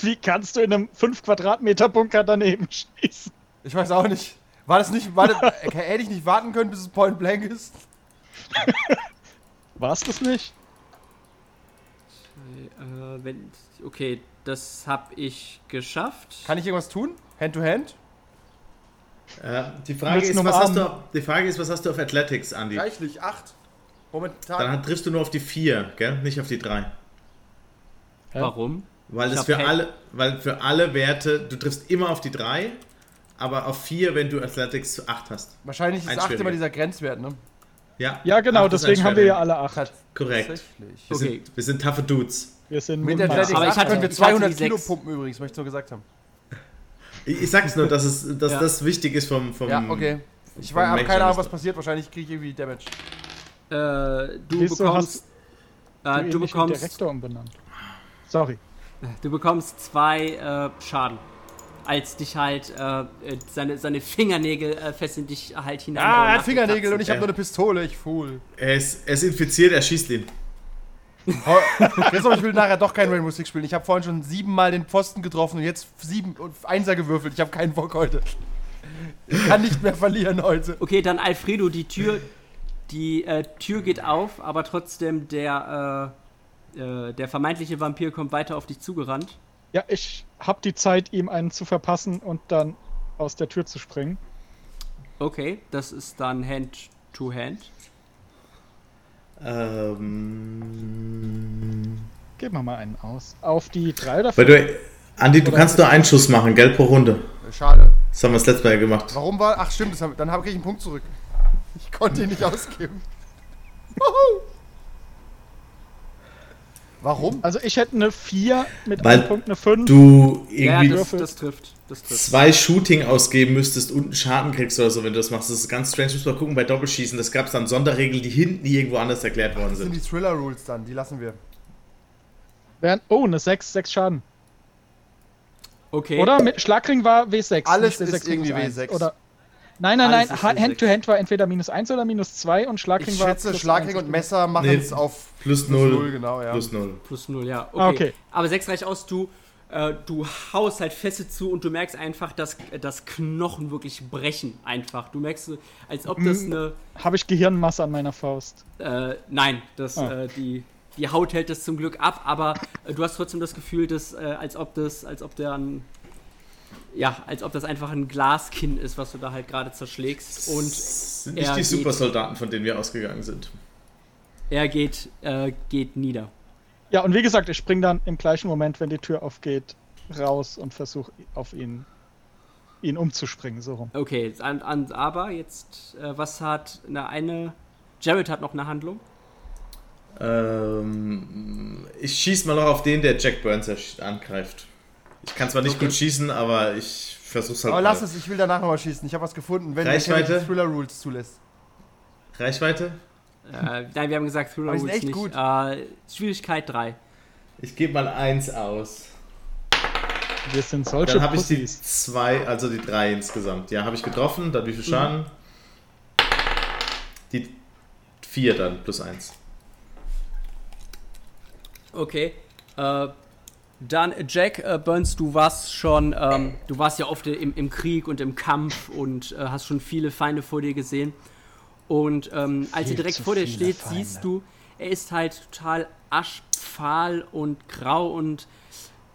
Speaker 4: Wie kannst du in einem 5 Quadratmeter Bunker daneben schießen?
Speaker 3: Ich weiß auch nicht. War das nicht. War das, hätte ich nicht warten können, bis es Point Blank ist?
Speaker 4: War's das nicht?
Speaker 2: Äh, wenn, okay, das hab ich geschafft.
Speaker 3: Kann ich irgendwas tun? Hand to Hand?
Speaker 5: Äh, die,
Speaker 4: Du
Speaker 5: Frage
Speaker 4: willst
Speaker 5: ist,
Speaker 4: nur
Speaker 5: was hast
Speaker 4: umarmen.
Speaker 5: du, auf- die Frage ist, was hast du auf Athletics, Andy?
Speaker 3: Reichlich, acht.
Speaker 5: Dann
Speaker 3: Momentan.
Speaker 5: hat, triffst du nur auf die 4, gell? Nicht auf die 3.
Speaker 2: Warum?
Speaker 5: Weil
Speaker 2: Ich
Speaker 5: es
Speaker 2: hab
Speaker 5: für
Speaker 2: Hel-
Speaker 5: alle, weil für alle Werte, du triffst immer auf die 3, aber auf 4, wenn du Athletics zu 8 hast.
Speaker 3: Wahrscheinlich ist
Speaker 5: Ein
Speaker 3: acht
Speaker 5: schwieriger.
Speaker 3: immer dieser Grenzwert, ne?
Speaker 5: Ja,
Speaker 4: Ja, genau,
Speaker 5: Acht ist
Speaker 4: deswegen
Speaker 5: ein
Speaker 4: haben wir ja
Speaker 5: Schwerpunkt.
Speaker 4: alle 8.
Speaker 5: Korrekt.
Speaker 3: Tatsächlich.
Speaker 5: Wir,
Speaker 2: Okay.
Speaker 5: sind, wir sind taffe Dudes.
Speaker 4: Wir sind
Speaker 3: Mit
Speaker 4: nun
Speaker 3: der
Speaker 4: mal-
Speaker 3: Athletics
Speaker 2: Aber ich
Speaker 3: 8
Speaker 2: hatte-
Speaker 3: können wir
Speaker 2: ich hatte die
Speaker 3: 200 Kilo
Speaker 2: sechs.
Speaker 3: pumpen übrigens, möchte ich nur gesagt haben.
Speaker 5: Ich, ich sag's nur, dass, es, dass
Speaker 2: Ja.
Speaker 5: das wichtig ist vom. vom
Speaker 3: Ja, okay. Ähm, Ich
Speaker 5: vom
Speaker 3: habe
Speaker 5: Mage
Speaker 3: keine Ahnung,
Speaker 5: alles.
Speaker 3: was passiert. Wahrscheinlich kriege ich irgendwie Damage.
Speaker 2: Äh, du
Speaker 4: Siehst du,
Speaker 2: bekommst,
Speaker 4: Du,
Speaker 2: äh, du, bekommst
Speaker 4: Direktor umbenannt. Sorry.
Speaker 2: du bekommst zwei äh, Schaden, als dich halt äh, äh, seine, seine Fingernägel äh, fesseln dich halt hinein.
Speaker 3: Ah, er hat Fingernägel und ich habe
Speaker 5: Ja.
Speaker 3: nur eine Pistole. Ich fool.
Speaker 5: Er ist, er ist infiziert, er schießt ihn.
Speaker 3: Oh, Jetzt aber ich will nachher doch kein Rainbow Six spielen. Ich habe vorhin schon siebenmal den Pfosten getroffen und jetzt sieben und Einser gewürfelt. Ich habe keinen Bock heute. Ich kann nicht mehr verlieren heute.
Speaker 2: Okay, dann Alfredo, die Tür, die äh, Tür geht auf, aber trotzdem der äh, äh, der vermeintliche Vampir kommt weiter auf dich zugerannt.
Speaker 4: Ja, ich hab die Zeit, ihm einen zu verpassen und dann aus der Tür zu springen.
Speaker 2: Okay, das ist dann Hand to Hand.
Speaker 5: Ähm.
Speaker 4: Geben wir mal einen aus. Auf die 3 oder 4?
Speaker 5: By the way, Andi, du kannst nur einen Schuss machen, gell, pro Runde.
Speaker 3: Schade.
Speaker 5: Das haben wir das letzte Mal gemacht.
Speaker 3: Warum war. Ach, stimmt. Das hab, dann habe ich einen Punkt zurück. Ich konnte ihn nicht ausgeben. Warum?
Speaker 4: Also ich hätte eine 4 mit
Speaker 5: Weil
Speaker 4: einem Punkt, eine 5.
Speaker 5: Du
Speaker 2: Ja,
Speaker 5: irgendwie
Speaker 2: ja, das,
Speaker 4: Würfel.
Speaker 2: das trifft. Das trifft.
Speaker 5: zwei Shooting ausgeben müsstest und einen Schaden kriegst oder so, wenn du das machst. Das ist ganz strange. Muss mal gucken bei Doppelschießen. Das gab es dann Sonderregeln, die hinten irgendwo anders erklärt worden
Speaker 3: Das sind
Speaker 5: sind.
Speaker 3: die Thriller-Rules dann. Die lassen wir.
Speaker 4: Wären, oh, eine 6, 6 Schaden.
Speaker 2: Okay.
Speaker 4: Oder? Mit Schlagring war W6.
Speaker 3: Äh, Alles
Speaker 4: nicht
Speaker 3: ist irgendwie
Speaker 4: minus eins.
Speaker 3: W6.
Speaker 4: Oder nein, nein,
Speaker 2: Alles
Speaker 4: nein.
Speaker 2: ist
Speaker 4: Ha-
Speaker 2: W6.
Speaker 4: Hand to Hand war entweder minus 1 oder minus 2 und Schlagring
Speaker 3: Ich
Speaker 4: war.
Speaker 3: schätze,
Speaker 4: plus
Speaker 3: Schlagring
Speaker 4: eins.
Speaker 3: und Messer machen
Speaker 5: Nee.
Speaker 3: es auf
Speaker 5: Plus
Speaker 3: plus null,
Speaker 5: null.
Speaker 3: genau, ja.
Speaker 5: Plus null.
Speaker 2: Plus null, ja.
Speaker 4: Ah,
Speaker 2: Okay.
Speaker 4: okay.
Speaker 2: Aber sechs reicht aus, du, äh, du haust halt feste zu und du merkst einfach, dass, äh, dass Knochen wirklich brechen einfach. Du merkst, so,
Speaker 4: Mm.
Speaker 2: als ob das eine.
Speaker 4: Habe ich Gehirnmasse an meiner Faust.
Speaker 2: Äh, nein, das,
Speaker 4: Ah.
Speaker 2: äh, die, Die Haut hält das zum Glück ab, aber äh, du hast trotzdem das Gefühl, dass, äh, als ob das, als ob der ein, ja, als ob das einfach ein Glaskinn ist, was du da halt gerade zerschlägst. Und
Speaker 5: sind nicht
Speaker 2: er
Speaker 5: die
Speaker 2: geht-
Speaker 5: Supersoldaten, von denen wir ausgegangen sind.
Speaker 2: er geht, äh, geht nieder.
Speaker 4: Ja, und wie gesagt, ich spring dann im gleichen Moment, wenn die Tür aufgeht, raus und versuche auf ihn, ihn umzuspringen, so rum.
Speaker 2: Okay, jetzt an, an, aber jetzt, äh, was hat eine, eine. Jared hat noch eine Handlung.
Speaker 5: Ähm, ich schieß mal noch auf den, der Jack Burns ersch- angreift. Ich kann zwar nicht
Speaker 2: Okay.
Speaker 5: gut schießen, aber ich versuch's halt.
Speaker 3: Aber lass
Speaker 5: mal.
Speaker 3: es, ich will danach nochmal schießen. Ich habe was gefunden, wenn
Speaker 5: Reichweite?
Speaker 3: der Thriller Rules zulässt.
Speaker 5: Reichweite?
Speaker 2: Äh, nein, wir haben gesagt, Thriller
Speaker 3: Aber die sind
Speaker 2: Rules
Speaker 3: echt
Speaker 2: nicht.
Speaker 3: gut.
Speaker 2: Äh, Schwierigkeit 3.
Speaker 5: Ich gebe mal eins aus.
Speaker 4: Wir sind solche
Speaker 5: Dann habe ich die
Speaker 4: Pussys.
Speaker 5: zwei, also die drei insgesamt. Ja, habe ich getroffen. Dann wie viel Schaden? Mhm. Die vier dann, plus eins.
Speaker 2: Okay. Äh, dann, Jack äh, Burns, du warst schon, ähm, du warst ja oft im, im Krieg und im Kampf und äh, hast schon viele Feinde vor dir gesehen. Und ähm, als er
Speaker 4: Viel
Speaker 2: direkt
Speaker 4: zu
Speaker 2: vor dir
Speaker 4: viele
Speaker 2: steht,
Speaker 4: Feinde.
Speaker 2: siehst du, er ist halt total aschfahl und grau und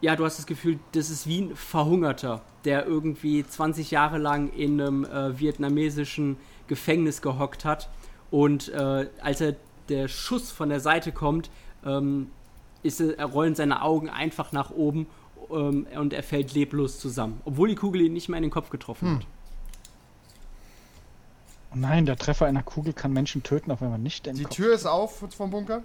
Speaker 2: ja, du hast das Gefühl, das ist wie ein Verhungerter, der irgendwie 20 Jahre lang in einem äh, vietnamesischen Gefängnis gehockt hat. Und äh, als er der Schuss von der Seite kommt, ähm, ist, er er rollen seine Augen einfach nach oben ähm, und er fällt leblos zusammen, obwohl die Kugel ihn nicht mehr in den Kopf
Speaker 3: Hm.
Speaker 2: getroffen hat.
Speaker 4: Oh nein, der Treffer einer Kugel kann Menschen töten, auch wenn man nicht
Speaker 3: Die
Speaker 4: entkommt.
Speaker 3: Tür ist auf vom Bunker.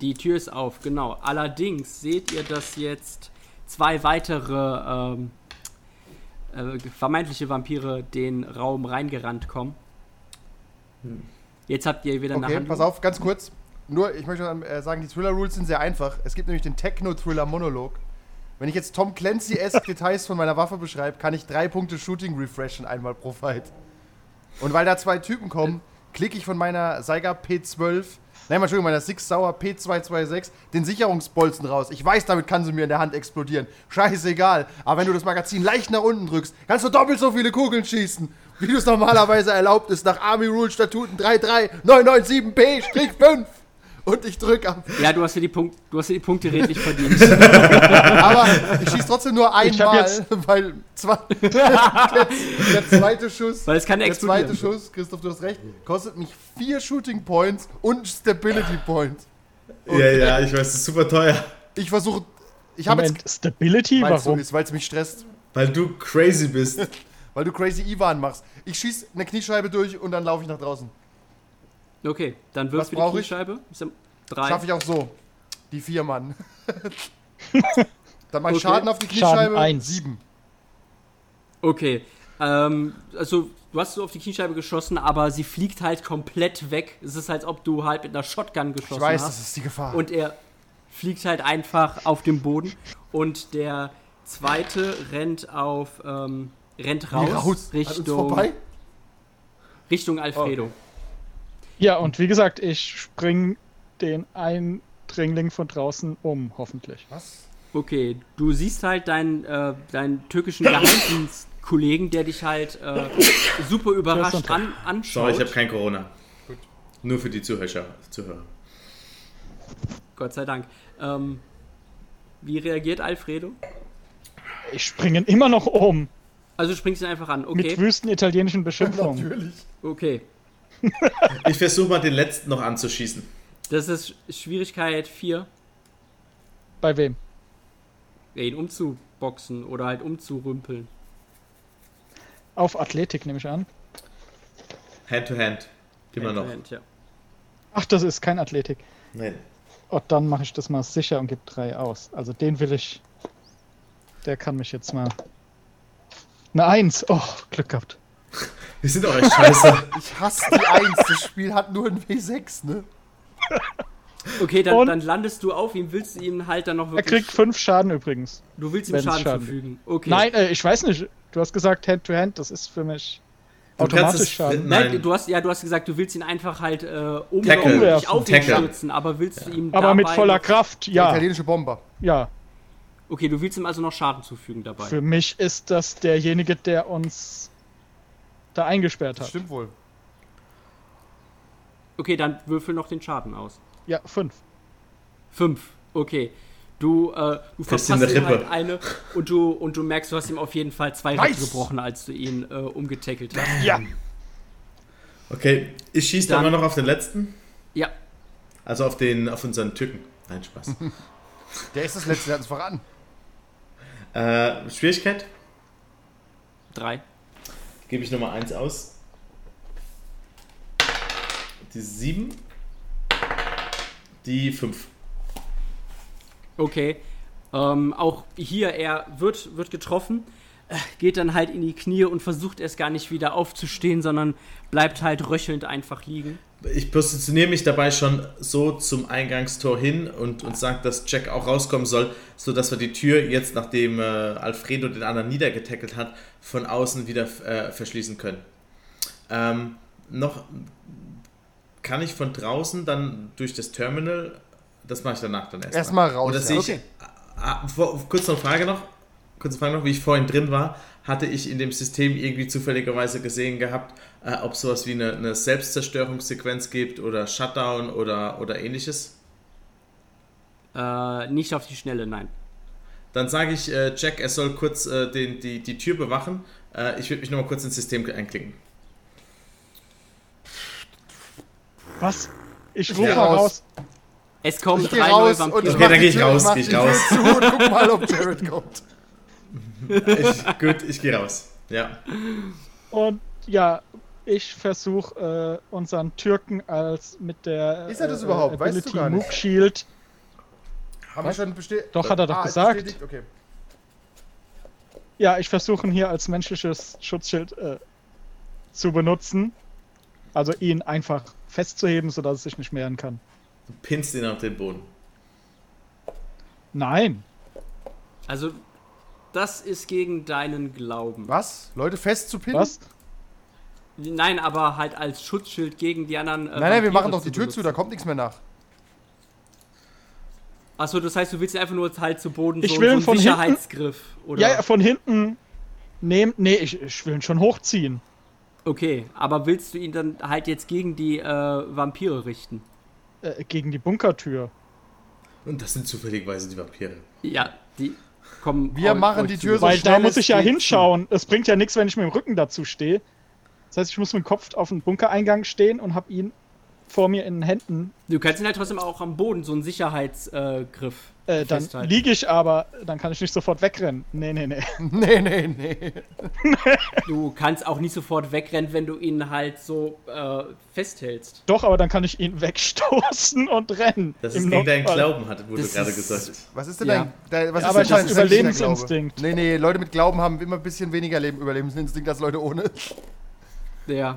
Speaker 2: Die Tür ist auf, genau. Allerdings seht ihr, dass jetzt zwei weitere ähm, äh, vermeintliche Vampire den Raum reingerannt kommen. Hm. Jetzt habt ihr wieder eine
Speaker 3: Okay,
Speaker 2: Handlung.
Speaker 3: pass auf, ganz kurz. Nur, ich möchte äh, sagen, die Thriller Rules sind sehr einfach. Es gibt nämlich den Techno-Thriller-Monolog. Wenn ich jetzt Tom Clancy-esque Details von meiner Waffe beschreibe, kann ich drei Punkte Shooting refreshen einmal pro Fight. Und weil da zwei Typen kommen, klicke ich von meiner Saiga P12, nein, Entschuldigung, meiner Six Sauer P226 den Sicherungsbolzen raus. Ich weiß, damit kann sie mir in der Hand explodieren. Scheißegal. Aber wenn du das Magazin leicht nach unten drückst, kannst du doppelt so viele Kugeln schießen, wie du es normalerweise erlaubt ist nach Army Rule Statuten 33997P-5. Und ich drück ab.
Speaker 2: Ja, du hast dir die, Punkt, du hast dir die Punkte redlich verdient.
Speaker 3: Aber ich schieß trotzdem nur einmal,
Speaker 4: jetzt-
Speaker 3: weil zwei, der, der zweite Schuss.
Speaker 2: Weil es kann
Speaker 3: Der
Speaker 2: explodieren.
Speaker 3: zweite Schuss, Christoph, du hast recht, kostet mich vier Shooting Points und Stability Points.
Speaker 5: Ja, ja, ich weiß, das ist super teuer.
Speaker 3: Ich versuche. Ich habe jetzt.
Speaker 4: Moment, Stability?
Speaker 3: Weil es so
Speaker 4: Warum?
Speaker 3: ist, weil es mich stresst.
Speaker 5: Weil du crazy bist.
Speaker 3: Weil du Crazy Ivan machst. Ich schieß eine Kniescheibe durch und dann laufe ich nach draußen.
Speaker 2: Okay, dann
Speaker 3: Was
Speaker 2: wirf bitte die
Speaker 3: brauch ich?
Speaker 2: Kniescheibe. Ist ja Drei.
Speaker 3: Schaffe ich auch so. Die vier Mann. dann mein
Speaker 2: Okay.
Speaker 3: Schaden auf die
Speaker 4: Schaden
Speaker 3: Kniescheibe.
Speaker 4: eins.
Speaker 3: Sieben.
Speaker 2: Okay. Ähm, also, du hast so auf die Kniescheibe geschossen, aber sie fliegt halt komplett weg. Es ist, als ob du halt mit einer Shotgun geschossen
Speaker 3: Ich weiß,
Speaker 2: hast.
Speaker 3: das ist die Gefahr.
Speaker 2: Und er fliegt halt einfach auf den Boden. Und der zweite rennt auf, ähm, rennt raus,
Speaker 3: Wie An uns vorbei? Oh.
Speaker 2: Richtung, Richtung Alfredo.
Speaker 4: Ja, und wie gesagt, ich spring den Eindringling von draußen um, hoffentlich.
Speaker 3: Was?
Speaker 2: Okay, du siehst halt deinen, äh, deinen türkischen Geheimdienstkollegen, der dich halt äh, super überrascht an, anschaut.
Speaker 5: Sorry, ich habe kein Corona. Nur für die Zuhörer. Zuhörer.
Speaker 2: Gott sei Dank. Ähm, wie reagiert Alfredo?
Speaker 4: Ich springe ihn immer noch um.
Speaker 2: Also springst ihn einfach an.
Speaker 4: Mit
Speaker 2: Okay,
Speaker 4: wüsten italienischen Beschimpfungen.
Speaker 3: Natürlich.
Speaker 2: okay.
Speaker 5: Ich versuche mal den letzten noch anzuschießen.
Speaker 2: Das ist Schwierigkeit 4,
Speaker 4: Bei wem?
Speaker 2: ihn umzuboxen oder halt umzurümpeln.
Speaker 4: Auf Athletik nehme ich an.
Speaker 5: Hand to hand. Immer noch.
Speaker 2: Hand, ja.
Speaker 4: Ach, das ist kein Athletik.
Speaker 5: Nein.
Speaker 4: Und dann mache ich das mal sicher und gebe drei aus. Also den will ich. Der kann mich jetzt mal. Eine Eins. Oh, Glück gehabt.
Speaker 5: Wir sind auch echt scheiße.
Speaker 3: Ich hasse die Eins. Das Spiel hat nur ein W6, ne?
Speaker 2: Okay, dann,
Speaker 4: Und-
Speaker 2: dann landest du auf ihm, willst du ihm halt dann noch
Speaker 4: Er
Speaker 2: wirklich.
Speaker 4: kriegt fünf Schaden übrigens.
Speaker 2: du willst ihm
Speaker 4: wenn's
Speaker 2: Schaden
Speaker 4: Schaden
Speaker 2: verfügen. Okay.
Speaker 4: Nein, äh, ich weiß nicht. Du hast gesagt Hand to Hand. Das ist für mich
Speaker 5: Du kannst
Speaker 4: automatisch
Speaker 5: es-
Speaker 4: Schaden.
Speaker 2: Nein,
Speaker 5: Nein.
Speaker 2: du hast ja, du hast gesagt, du willst ihn einfach halt äh, um
Speaker 5: Tackle.
Speaker 2: nicht auf ihn
Speaker 5: Tackle.
Speaker 2: stürzen, aber willst du ihm dabei
Speaker 4: Aber mit voller
Speaker 2: noch,
Speaker 4: Kraft,
Speaker 3: Der
Speaker 4: ja.
Speaker 3: Italienische Bomber.
Speaker 4: Ja.
Speaker 2: Okay, du willst ihm also noch Schaden zufügen dabei.
Speaker 4: Für mich ist das derjenige, der uns da eingesperrt
Speaker 3: Das
Speaker 4: hat.
Speaker 3: stimmt wohl.
Speaker 2: Okay, dann würfel noch den Schaden aus.
Speaker 4: Ja, fünf.
Speaker 2: Fünf. Okay. Du, äh, du
Speaker 5: Das ist
Speaker 2: verpasst
Speaker 5: in der
Speaker 2: ihm halt
Speaker 5: Rippe.
Speaker 2: eine und du, und du merkst, du hast ihm auf jeden Fall zwei
Speaker 3: Nice.
Speaker 2: Rippen gebrochen, als du ihn äh, umgetackelt hast.
Speaker 4: Ja.
Speaker 5: Okay, ich schieße dann,
Speaker 2: Dann-
Speaker 5: mal noch auf den letzten.
Speaker 2: Ja,
Speaker 5: Also auf den, auf unseren Türken. Nein, Spaß.
Speaker 3: Der ist das letzte, der hat uns voran.
Speaker 5: äh, Schwierigkeit?
Speaker 2: drei.
Speaker 5: Gebe ich Nummer 1 aus. Die 7. Die 5.
Speaker 2: Okay. Ähm, auch hier, er wird, wird getroffen, äh, geht dann halt in die Knie und versucht erst gar nicht wieder aufzustehen, sondern bleibt halt röchelnd einfach liegen.
Speaker 5: Ich positioniere mich dabei schon so zum Eingangstor hin und, und sage, dass Jack auch rauskommen soll, sodass wir die Tür jetzt, nachdem äh, Alfredo den anderen niedergetackelt hat, von außen wieder äh, verschließen können. Ähm, noch kann ich von draußen dann durch das Terminal, das mache ich danach dann erstmal.
Speaker 3: Erstmal raus,
Speaker 5: Oder
Speaker 3: ja.
Speaker 5: sehe ich,
Speaker 2: Okay.
Speaker 5: Ah, vor, kurz noch Frage noch. Kurze Frage noch, wie ich vorhin drin war, hatte ich in dem System irgendwie zufälligerweise gesehen gehabt, äh, ob sowas wie eine, eine Selbstzerstörungssequenz gibt oder Shutdown oder, oder ähnliches.
Speaker 2: Äh, nicht auf die Schnelle, nein.
Speaker 5: Dann sage ich äh, Jack, er soll kurz äh, den, die, die Tür bewachen. Äh, ich würde mich nochmal kurz ins System einklicken.
Speaker 4: Was? Ich rufe
Speaker 3: geh
Speaker 4: mal
Speaker 3: raus.
Speaker 4: raus.
Speaker 2: Es kommen
Speaker 3: Ich gehe
Speaker 2: drei neue
Speaker 3: raus und
Speaker 2: Vampire.
Speaker 5: Okay, dann
Speaker 3: mach die
Speaker 5: geh ich
Speaker 3: Tür-
Speaker 5: raus,
Speaker 3: mach
Speaker 5: geh ich
Speaker 3: die Tür
Speaker 5: raus.
Speaker 3: Zu und guck mal, ob Jared kommt.
Speaker 5: Ich, gut, ich gehe raus. Ja.
Speaker 4: Und ja, ich versuche äh, unseren Türken als mit der äh,
Speaker 3: Ist er das überhaupt? Weißt du
Speaker 4: Ability
Speaker 3: gar nicht.
Speaker 4: Mook Shield.
Speaker 3: Haben wir schon Ah, bestätigt?
Speaker 4: Doch, hat er doch gesagt.
Speaker 3: Okay.
Speaker 4: Ja, ich versuche ihn hier als menschliches Schutzschild äh, zu benutzen. Also ihn einfach festzuheben, sodass es sich nicht mehren kann.
Speaker 5: Du pinst ihn auf den Boden.
Speaker 4: Nein.
Speaker 2: Also, das ist gegen deinen Glauben.
Speaker 3: Was? Leute fest zu pinnen?
Speaker 4: Was?
Speaker 2: Nein, aber halt als Schutzschild gegen die anderen. äh,
Speaker 3: Nein, nein, wir machen doch die Tür zu, da kommt nichts mehr nach.
Speaker 2: Achso, das heißt, du willst ihn einfach nur halt zu Boden
Speaker 4: Ich
Speaker 2: so,
Speaker 4: will
Speaker 2: so
Speaker 4: ihn von hinten-
Speaker 2: Sicherheitsgriff, oder?
Speaker 4: Ja, ja, von hinten nehmen. Nee, ich, ich will ihn schon hochziehen.
Speaker 2: Okay, aber willst du ihn dann halt jetzt gegen die äh, Vampire richten?
Speaker 4: Äh, gegen die Bunkertür.
Speaker 5: Und das sind zufälligerweise die Vampire.
Speaker 2: Ja, die kommen.
Speaker 3: Wir
Speaker 2: auf
Speaker 3: machen
Speaker 2: euch
Speaker 3: die
Speaker 2: zu.
Speaker 3: Tür so
Speaker 4: Weil da
Speaker 3: schnell
Speaker 4: muss
Speaker 3: es
Speaker 4: ich ja
Speaker 3: geht zu.
Speaker 4: hinschauen. Es bringt ja nichts, wenn ich mit dem Rücken dazu stehe. Das heißt, ich muss mit dem Kopf auf den Bunkereingang stehen und habe ihn vor mir in den Händen.
Speaker 2: Du kannst ihn halt trotzdem auch am Boden, so einen Sicherheitsgriff. Äh, Griff
Speaker 4: Äh, dann
Speaker 2: festhalten.
Speaker 4: liege ich aber, dann kann ich nicht sofort wegrennen. Nee, nee, nee.
Speaker 3: Nee, nee, nee.
Speaker 2: Du kannst auch nicht sofort wegrennen, wenn du ihn halt so äh, festhälst.
Speaker 4: Doch, aber dann kann ich ihn wegstoßen und rennen.
Speaker 5: Das
Speaker 4: Im
Speaker 5: ist gegen deinen
Speaker 4: Notfall.
Speaker 5: Glauben, hat, wurde
Speaker 2: Das
Speaker 5: gerade
Speaker 2: ist-
Speaker 5: gesagt.
Speaker 3: Was ist denn
Speaker 2: Ja.
Speaker 3: dein. dein was
Speaker 4: Ja, aber
Speaker 3: ist
Speaker 4: ich hab
Speaker 3: denn dein menschlicher
Speaker 4: Überlebensinstinkt.
Speaker 3: Glaube? Nee, nee, Leute mit Glauben haben immer ein bisschen weniger Leben Überlebensinstinkt als Leute ohne.
Speaker 2: Ja.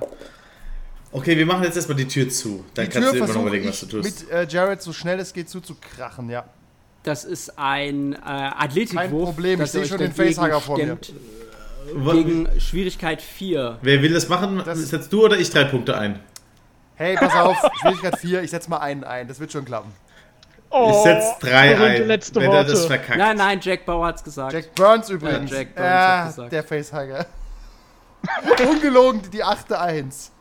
Speaker 5: Okay, wir machen jetzt erstmal die Tür zu. Dann
Speaker 3: Die
Speaker 5: kannst
Speaker 3: Tür
Speaker 5: du dir immer noch
Speaker 3: versuche
Speaker 5: überlegen, was
Speaker 3: ich
Speaker 5: du tust.
Speaker 3: mit äh, Jared so schnell es geht zuzukrachen, ja.
Speaker 2: Das ist ein äh, Athletikwurf.
Speaker 3: Kein Problem,
Speaker 2: dass
Speaker 3: ich sehe
Speaker 2: ihr euch
Speaker 3: schon den
Speaker 2: dagegen
Speaker 3: Facehager vor mir.
Speaker 2: stemmt.
Speaker 5: Wa-
Speaker 2: Gegen Schwierigkeit 4.
Speaker 5: Wer will das machen?
Speaker 3: Das-
Speaker 5: Setzt du oder ich drei Punkte ein?
Speaker 3: Hey, pass auf, Schwierigkeit 4, ich setz mal einen ein, das wird schon klappen.
Speaker 4: Oh,
Speaker 5: ich setz drei
Speaker 4: berühmte
Speaker 5: ein.
Speaker 4: letzte
Speaker 5: wenn er
Speaker 4: Worte.
Speaker 5: das verkackt.
Speaker 2: Nein, nein, Jack Bauer hat's gesagt.
Speaker 3: Jack Burns übrigens.
Speaker 2: Ja, Jack Burns hat
Speaker 3: Ah,
Speaker 2: gesagt.
Speaker 3: Der Facehager. Ungelogen, die achte Eins.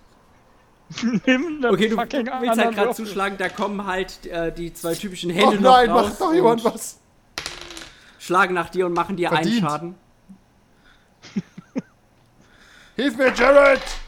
Speaker 4: Nimm den
Speaker 2: Okay, du
Speaker 4: fucking
Speaker 2: willst halt
Speaker 4: anderen
Speaker 2: gerade
Speaker 4: Würfel.
Speaker 2: zuschlagen, da kommen halt äh, die zwei typischen
Speaker 3: Oh
Speaker 2: Hände
Speaker 3: nein,
Speaker 2: noch raus
Speaker 3: macht doch jemand
Speaker 2: und
Speaker 3: was.
Speaker 2: schlagen nach dir und machen dir
Speaker 3: Verdient.
Speaker 2: einen Schaden.
Speaker 3: Hilf mir, Jared!